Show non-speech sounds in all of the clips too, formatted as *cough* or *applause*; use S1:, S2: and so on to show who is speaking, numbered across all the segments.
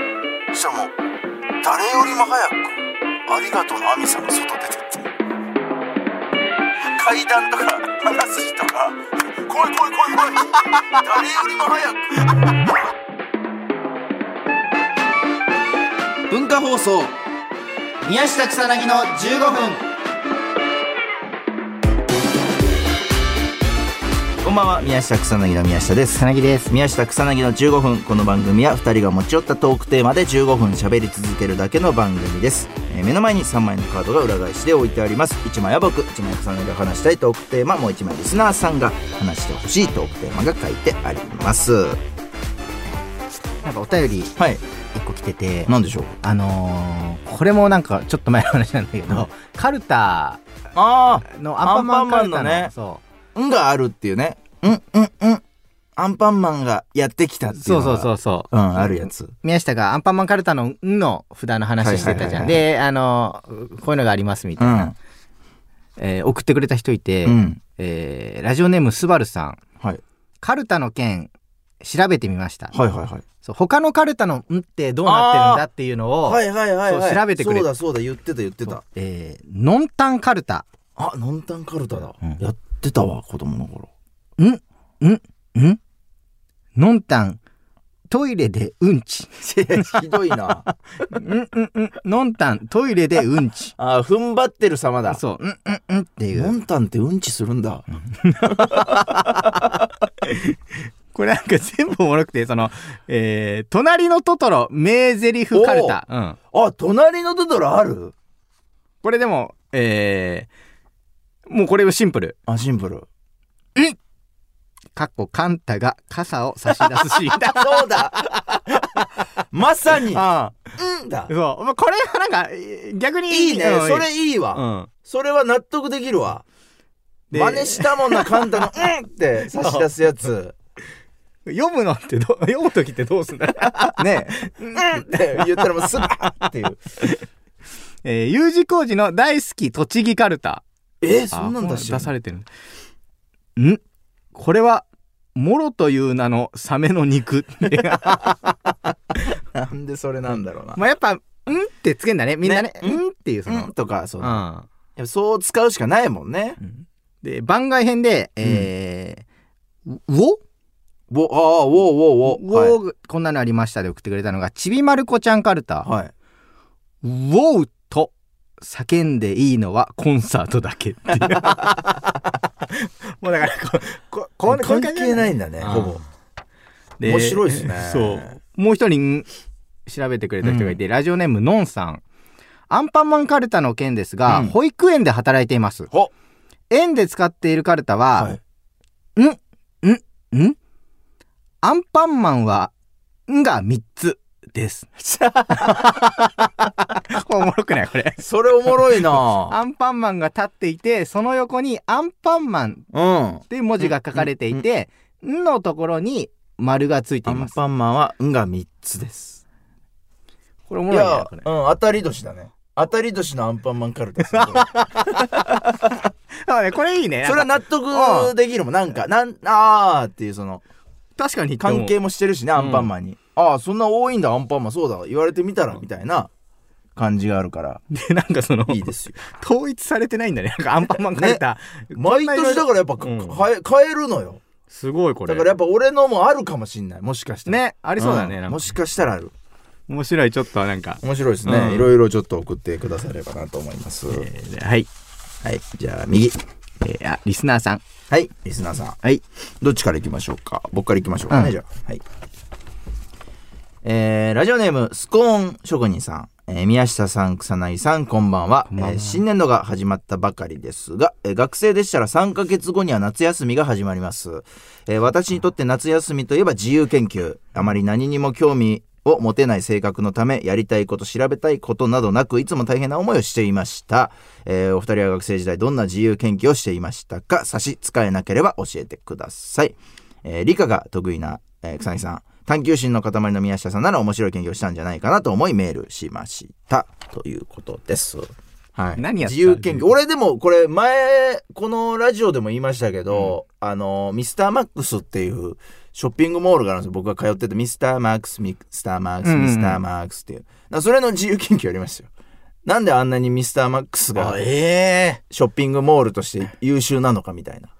S1: 者も誰よりも早く「ありがとう」の亜美さんが外出てって階段とか話す人が「来い来い来い来い」誰よりも早く
S2: 文化放送宮下草薙の15分こんばんは宮下草薙の宮下です
S3: なぎです。
S2: 宮下草薙の15分この番組は2人が持ち寄ったトークテーマで15分喋り続けるだけの番組です、えー目の前に3枚のカードが裏返しで置いてあります1枚は僕1枚は草薙が話したいトークテーマもう1枚リスナーさんが話してほしいトークテーマが書いてありますは
S3: なんかお便り一
S2: い
S3: 個来てて、
S2: 何でしょう
S3: あのーこれもなんかちょっと前の話なんだけど、カルタ
S2: あ
S3: のアンパンマンカルタ
S2: ア
S3: の
S2: ンパンマンのね
S3: そ
S2: あんがあるっていうねうんうんうんアンパンマンがやってきたっ
S3: う
S2: ていう
S3: そう
S2: のが
S3: そうそうそう。
S2: うんあるやつ
S3: 宮下がアンパンマンカルタの「ん」の札の話してたじゃん。
S2: はいは
S3: で、あのーこういうのがありますみた
S2: う
S3: い
S2: ん
S3: な。えー送ってくれた人いて、
S2: うん
S3: えーラジオネームスバルさん。
S2: はい
S3: カルタの件、調べてみました。
S2: はいはいはい
S3: そう他のカルタの「ん」ってどうなってるんだっていうのを、
S2: はいはいはいはい
S3: そう調べてくれ
S2: そうだそうだ言ってた言ってた
S3: えーノンタンカルタ。
S2: あノンタンカルタだ、
S3: うん
S2: やってたわ子供の頃
S3: んのんたん、トイレでう
S2: *laughs*
S3: んち。
S2: *laughs* ひどいな
S3: うんうんうん。のんたん、トイレでう
S2: *laughs*
S3: んち。
S2: *laughs* あ踏ん張ってる様だ
S3: そう、うんうんうんってい
S2: モ
S3: う。
S2: ンタンってうんちするんだ
S3: これなんか全部おもろくて、その、えー、隣のトトロ、名台詞カルタ。うん。
S2: あ隣のトトロある
S3: これでも、えー、もうこれをシンプル。
S2: あシンプル
S3: かっこ、カンタが傘を差し出す
S2: *laughs*
S3: シーンだ。
S2: そうだまさに
S3: あ
S2: うんだ
S3: あ。そう。まあこれはなんか、えー逆に
S2: いいね
S3: うん
S2: それいいわ、
S3: うん。
S2: それは納得できるわ
S3: で
S2: 真似したもんなカンタ *laughs* の「うん」って差し出すやつ
S3: 読むのってどう、読むときってどうす
S2: *laughs*
S3: んだろう
S2: ね「うん」って言ったらもうすばっていう
S3: えー、U 字工事の大好き栃木カルタ。
S2: *laughs* えそんなん出
S3: 出
S2: してる
S3: されてるんんこれは、モロという名のサメの肉。
S2: *laughs* なんでそれなんだろうな
S3: まあやっぱ、んってつけんだね。みんなね。
S2: ね
S3: んっていう、その、
S2: うんとかそううんやっぱそう使うしかないもんね
S3: で、番外編で、えー、うお
S2: ウォああウォーウォーウォー
S3: おこんなのありましたで送ってくれたのが、ちびまる子ちゃんカルタ。
S2: はい、はいう
S3: おうと叫んでいいのはコンサートだけ
S2: *laughs*
S3: っていうもうだからこ、こ、こん
S2: 関係ないんだね
S3: あー
S2: ほぼ
S3: で
S2: 面白いっすね
S3: そうもう一人調べてくれた人がいて、ラジオネームのんさんアンパンマンカルタの件ですが、
S2: うん
S3: 保育園で働いています
S2: ほ
S3: 園で使っているカルタ
S2: は
S3: は、
S2: い
S3: んんアンパンマンは「ん」が3つです *laughs* おもろくないこれ
S2: それおもろいな *laughs*
S3: アンパンマンが立っていてその横に「アンパンマン」
S2: うん
S3: っていう文字が書かれていて「ん」のところに丸がついて
S2: ア
S3: い
S2: ン
S3: ます
S2: パンマンは「ん」が3つです
S3: これおも
S2: い
S3: ろいな
S2: やう
S3: これ
S2: ん当たり年だね当たり年のアンパンマンカルタ *laughs* そ
S3: あねこれいいね
S2: れは納得できるもんなんかなんあーっていうその
S3: 確かに
S2: 関係もしてるしね
S3: ん
S2: アンパンマンにああそんな多いんだアンパンマンそうだ言われてみたらみたいな感じがあるから
S3: でなんかその
S2: いい *laughs* ですよ
S3: 統一されてないんだねなんかアンパンマンカルタ、
S2: 毎年だからやっぱか
S3: うん
S2: 変え変えるのよ
S3: すごいこれ
S2: だからやっぱ俺のもあるかもしんないもしかしたら
S3: ねありそうだね、
S2: ん
S3: なんか
S2: もしかしたらある
S3: 面白いちょっとなんか、
S2: 面白いですね、
S3: うん
S2: いろいろちょっと送ってくださればなと思います、
S3: えーはい、
S2: はいじゃあ右
S3: えーあリスナーさん
S2: はいリスナーさん
S3: はい
S2: どっちから行きましょうか僕から行きましょうかね、
S3: うん
S2: じゃあはいえーラジオネームスコーン職人さんえー宮下さん、草薙さん、こんばんは
S3: こんばんは
S2: えー新年度が始まったばかりですが、えー学生でしたら3ヶ月後には夏休みが始まります、えー私にとって夏休みといえば自由研究。あまり何にも興味を持てない性格のため、やりたいこと、調べたいことなどなく、いつも大変な思いをしていました。えーお二人は学生時代どんな自由研究をしていましたか差し支えなければ教えてください。えー理科が得意な、えー草薙さん探求心の塊の宮下さんなら面白い研究をしたんじゃないかなと思いメールしましたということです。はい、
S3: 何やった
S2: 自由研究俺でもこれ前このラジオでも言いましたけど、あのミスターマックスっていうショッピングモールがあるんですよ。僕が通ってたミスターマークス、ミスターマーク
S3: う
S2: ス、
S3: んうん
S2: ミスターマークスっていう。だからそれの自由研究ありましたよ。なんであんなにミスターマックスが
S3: あええ
S2: ショッピングモールとして優秀なのかみたいな。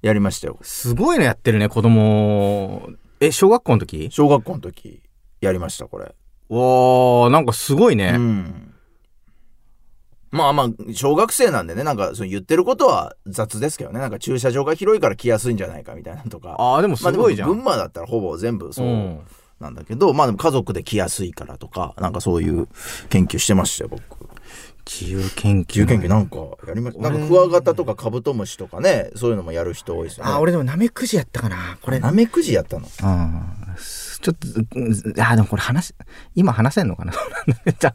S2: やりましたよ。
S3: すごいのやってるね子供え小学校の時
S2: 小学校の時、やりました、これ。
S3: わあなんかすごいうね、
S2: ん。まあまあ、小学生なんでね、なんかその言ってることは雑ですけどね、なんか駐車場が広いから来やすいんじゃないかみたいなのとか。
S3: ああでもす
S2: まあでも
S3: ごいじゃん、
S2: 群馬だったらほぼ全部そううんなんだけど、まあでも家族で来やすいからとか、なんかそういう研究してましたよ、僕。
S3: 自由研
S2: 自
S3: 究
S2: 由研究なんかやりました。なんかクワガタとかカブトムシとかね、そういうのもやる人多いですよね。
S3: あ俺でもなめくじやったかなこれ
S2: ナメクジやったの
S3: うんちょっとず、ずあ、でもこれ話、今話せんのかな *laughs* ちゃんちゃん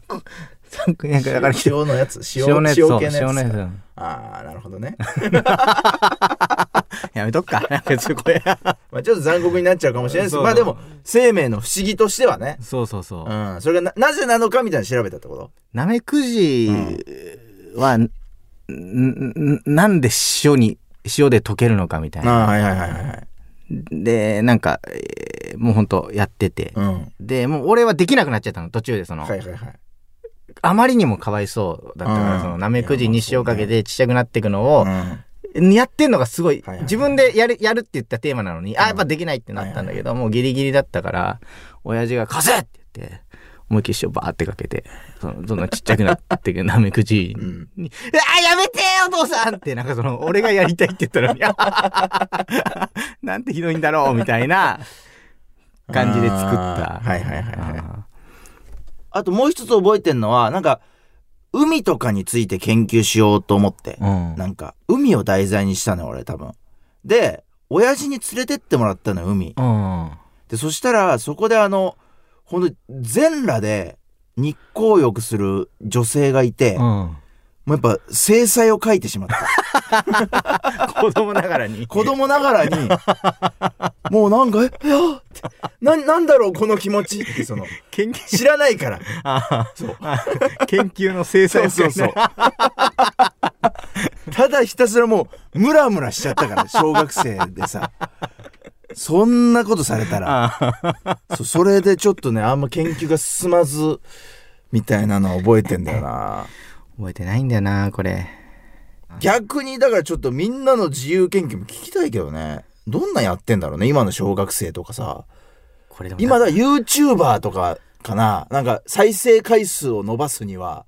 S3: なんかだから、
S2: 塩のやつ塩
S3: 塩のやつ、
S2: 塩
S3: そう
S2: 系のやつ
S3: 塩のや
S2: ああなるほどね
S3: つやめとくか。
S2: *laughs*
S3: なんかちょっとこれ
S2: まあちょっと残酷になっちゃうかもしれないですけどまあでも生命の不思議としてはね
S3: そうそうそう
S2: う。んそれがななぜなのかみたいなの調べたってこと
S3: なめくじは、んんなんで塩に、塩で溶けるのかみたいな。
S2: ああはいはいはいはいはい
S3: で、なんか、えーもうほんとやってて
S2: う。ん
S3: で、もう俺はできなくなっちゃったの、途中でその。
S2: はいはいはい
S3: あまりにもかわいそうだったか
S2: う
S3: ら、
S2: ん
S3: そのなめくじに塩かけ
S2: い
S3: てちっちゃくなっていくのを、
S2: うん
S3: やってんのがすごい
S2: はいはい
S3: 自分でやるやるって言ったテーマなのに、
S2: う
S3: あ
S2: ん
S3: やっぱできないってなったんだけど、もうギリギリだったから親父が「貸せ!」って言って思いっきり塩バーってかけてそのどんどんちっちゃくなってく *laughs* なめくじ
S2: うん
S3: に「あやめてお父さん!」ってなんかその俺がやりたいって言ったのになんてひどいんだろうみたいな感じで作った
S2: あ。ーはいはいはいはい
S3: あ
S2: あともう一つ覚えてんのはなんか海とかについて研究しようと思って
S3: ーうん
S2: なんか海を題材にしたのよ俺多分で親父に連れてってもらったのよ海
S3: うん
S2: で、そしたら、そこであの、ほんと、全裸で日光浴する女性がいて、も
S3: うん
S2: うやっぱ、制裁を書いてしま *laughs* った。
S3: 子供ながらに
S2: 子供ながらに、もうなんか、え、えあって、な、なんだろう、この気持ちって、その、
S3: 研究
S2: 知らないから。
S3: あそう研究の制裁を
S2: そうそうそう。ただひたすらもう、ムラムラしちゃったから、小学生でさ。そんなことされたら、そそれでちょっとね、あんま研究が進まず、みたいなのは覚えてんだよな。
S3: 覚えてないんだよなこれ
S2: 逆にだからちょっとみんなの自由研究も聞きたいけどねどんなんやってんだろうね今の小学生とかさ
S3: これでも
S2: 今だ YouTuber とかかななんか再生回数を伸ばすには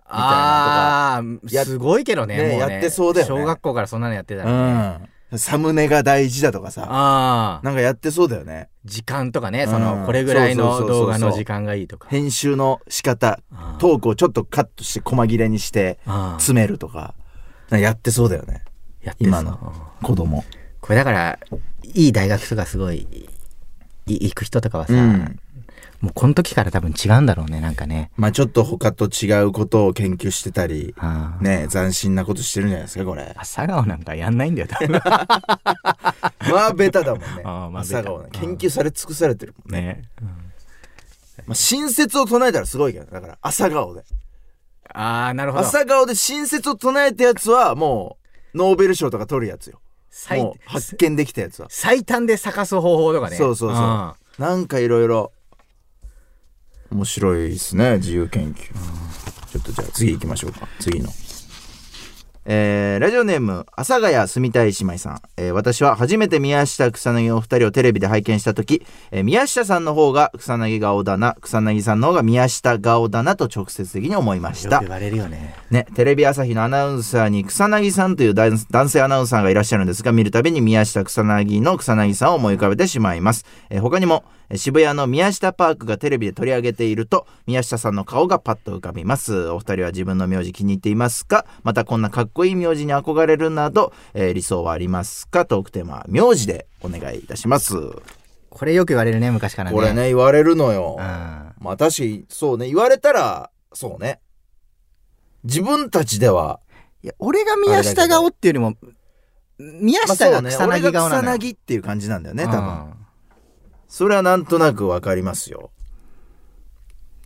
S2: みたいな
S3: あ
S2: や
S3: あすごいけどね
S2: ね
S3: もう
S2: やってそうだよね
S3: 小学校からそんなのやってた
S2: と
S3: ら
S2: か、うん、サムネが大事だとかさ
S3: ああ
S2: なんかやってそうだよね
S3: 時間とかね
S2: うん
S3: そのこれぐらい
S2: そ
S3: の
S2: うそうそうそう
S3: 動画の時間がいいとか
S2: 編集の仕方
S3: あー
S2: トークをちょっとカットして細切れにして
S3: あー
S2: 詰めるとかなんかやってそうだよね
S3: やってそう
S2: 今の子供
S3: これだからいい大学とかすごいい行く人とかはさ
S2: うん
S3: もうこの時から多分違うんだろうねなんかね
S2: まあちょっと他と違うことを研究してたり
S3: あー
S2: ね斬新なことしてるんじゃないですかこれ
S3: 朝顔なんかやんないんだ
S2: *laughs*
S3: よ多分
S2: まあベタだもんね。
S3: ああ *laughs* まあベタ
S2: 朝顔ね。研究され尽くされてるもんね。
S3: ね
S2: まあ、新説を唱えたらすごいけどね、だから朝顔で。
S3: ああなるほど
S2: 朝顔で新説を唱えたやつはもう、ノーベル賞とか取るやつよ。
S3: 最
S2: もう発見できたやつは。
S3: 最短で咲かす方法とかね
S2: そうそうそうんなんかいろいろ、面白いですね、自由研究。ちょっとじゃあ次行きましょうか。次の。えーラジオネーム、阿佐ヶ谷住みたい姉妹さん。えー私は初めて宮下草薙お二人をテレビで拝見したとき、えー宮下さんの方が草薙顔だな、草薙さんの方が宮下顔だなと直接的に思いまし
S3: よ
S2: た
S3: く言。われるよね
S2: ね、テレビ朝日のアナウンサーに草薙さんという男男性アナウンサーがいらっしゃるんですが、見るたびに宮下草薙の草薙さんを思い浮かべてしまいます。えー他にも、えー渋谷の宮下パークがテレビで取り上げていると、宮下さんの顔がパッと浮かびます。お二人は自分の名字気に入っていますかまたこんなかっこいい名字に憧れるなど、えー理想はありますかトークテーマ、名字でお願いいたします。
S3: これよく言われるね昔からね
S2: これね、言われるのよ
S3: う。ん
S2: まあ確かに、そうね、言われたら、そうね。自分たちでは、
S3: いや俺が宮下顔っていうよりも宮
S2: まあ
S3: 下
S2: そう
S3: が
S2: ね
S3: 草薙顔な
S2: 俺
S3: の
S2: が
S3: よ
S2: 草薙っていう感じなんだよね、
S3: う
S2: 多
S3: ん
S2: 分。それはなんとなくわかりますよ。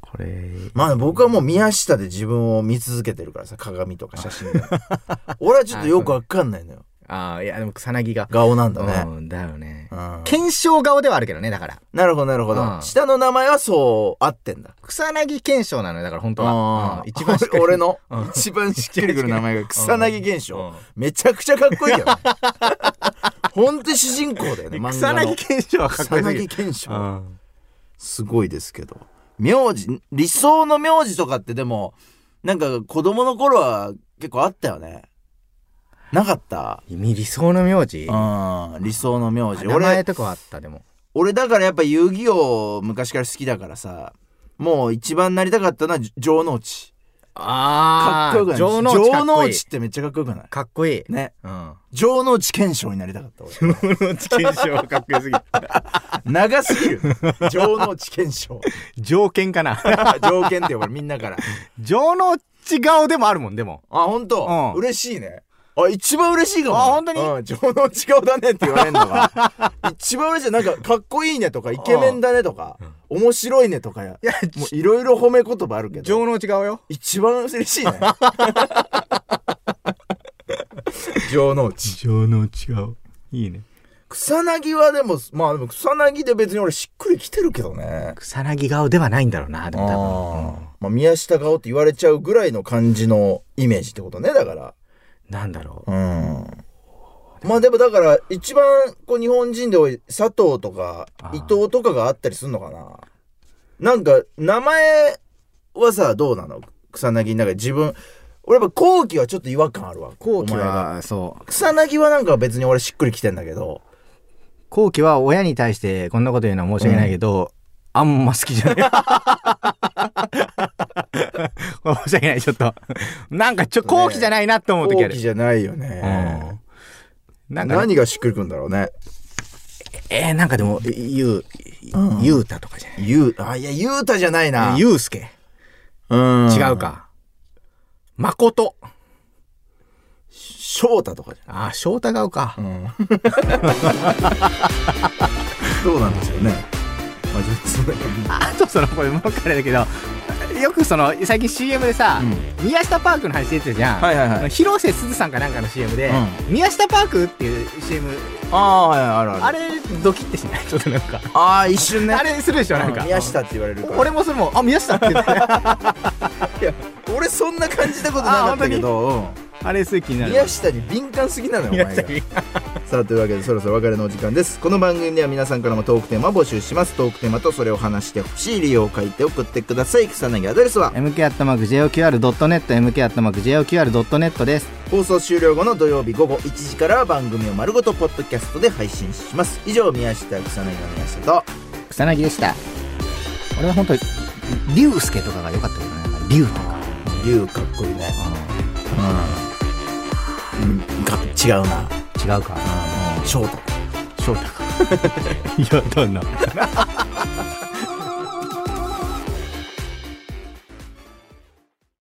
S3: これ
S2: まあ僕はもう宮下で自分を見続けてるからさ、鏡とか写真
S3: *laughs*
S2: で。俺はちょっとよくわかんないのよ。
S3: ああいやでも草薙が
S2: 顔なんだね。
S3: うんだよね
S2: うん
S3: 検証顔ではあるけどね、だから。
S2: なるほど、なるほ
S3: う
S2: ど。
S3: ん
S2: 下の名前はそう、合ってんだ。
S3: 草薙検証なのよ、だから本当
S2: あ
S3: は。
S2: あ
S3: うん一番しっかり
S2: 俺の
S3: うん
S2: 一番しっくりくる名前が草薙玄章
S3: う
S2: めちゃくちゃかっこいいよ
S3: *laughs*
S2: ねほんと主人公だよね漫
S3: 草
S2: 画の
S3: 薙検証はかっ
S2: 草
S3: こいいすぎる
S2: 薙玄章
S3: うん
S2: すごいですけど名字理想の名字とかってでもなんか子供の頃は結構あったよねなかった
S3: 意味理想の名
S2: う
S3: 字
S2: ん理想の名字
S3: 名前
S2: 俺
S3: とかはあったでも
S2: 俺だからやっぱ遊戯王昔から好きだからさもう一番なりたかったのは城之内か
S3: あ
S2: っこよくない
S3: 城之内かっこいい
S2: 内ってめっちゃかっこよくない
S3: かっこいい
S2: ね
S3: うん
S2: 城之内賢章になりたかった俺
S3: *laughs* 城之内検証はかっこよすぎる
S2: 長すぎる城之内賢
S3: *laughs*
S2: 章
S3: *laughs* 条件かな
S2: 条件って呼ばれるみんなから
S3: 城之内顔でもあるもんでも
S2: あ本当、
S3: うん
S2: 嬉しいねあ一番嬉しいかも
S3: あ本当に
S2: うん、城之内顔だねって言われるの
S3: *laughs*
S2: が一番嬉しいなんかかっこいいねとかイケメンだねとか面白いねとかや
S3: いや
S2: もういろいろ褒め言葉あるけど
S3: 城之内顔よ
S2: 一番嬉しい
S3: *laughs*
S2: ね城之内
S3: 城之内顔いいね
S2: 草薙はでもまあでも草薙で別に俺しっくりきてるけどね
S3: 草薙顔ではないんだろうなでも多分
S2: あーまあ、宮下顔って言われちゃうぐらいの感じのイメージってことねだから
S3: うんなんだろう
S2: うんまあでもだから一番こう日本人で多い佐藤とか
S3: あー
S2: 伊藤とかがあったりするのかななんか名前はさどうなの草薙なんか自分俺やっぱ後期はちょっと違和感あるわ
S3: 後期
S2: お前が
S3: はそう
S2: 草薙はなんか別に俺しっくりきてんだけど
S3: 後期は親に対してこんなこと言うのは申し訳ないけど、あんま好きじゃない *laughs* 申し訳ないちょっとなんかちょ後期じゃないなって思う
S2: 後
S3: 時ある、
S2: 期じゃないよ
S3: う
S2: ね
S3: ん、なんかね、
S2: 何がしっくりくるんだろうね
S3: えー、なんかでもゆう
S2: うん
S3: ゆうたとかじゃ
S2: ゆうあいやゆうたじゃない
S3: な
S2: ない
S3: ゆうすけ
S2: うん
S3: 違うかまこと
S2: 翔太とかじ
S3: ああ翔太顔か
S2: ゃん、どうなんでしょうねまあじゃあそれ
S3: あとそのこれもうからだけどよくその最近 CM でさ、宮下パークの話出てたじゃん、
S2: はいはいはい
S3: あの広瀬すずさんかなんかの CM で、
S2: う
S3: 宮下パークっていう CM
S2: ああはいあるあ
S3: あれドキッてしないちょっとなんか、
S2: ああ一瞬ね
S3: あれするでしょなん
S2: う
S3: か
S2: ん宮下って言われるから
S3: 俺もそれもあ宮下って言って
S2: いや俺そんな感じたことなかったけど、
S3: *laughs* あれすごい気に
S2: う
S3: なんる
S2: 宮下に敏感すぎなのよお前がさあというわけでそろそろお別れのお時間ですこの番組では皆さんからもトークテーマを募集しますトークテーマとそれを話してほしい理由を書いて送ってください草薙アドレスは
S3: mk.joqr.net mk.joqr.net です
S2: 放送終了後の土曜日午後1時からは番組を丸ごとポッドキャストで配信します以上宮下草薙の宮下と
S3: 草薙でした俺は本当龍介とかが良かったけどねなんか龍とか
S2: 龍かっこいいねうん、うん、か違うな
S3: 違うか
S2: 翔太
S3: 翔太かいやどんな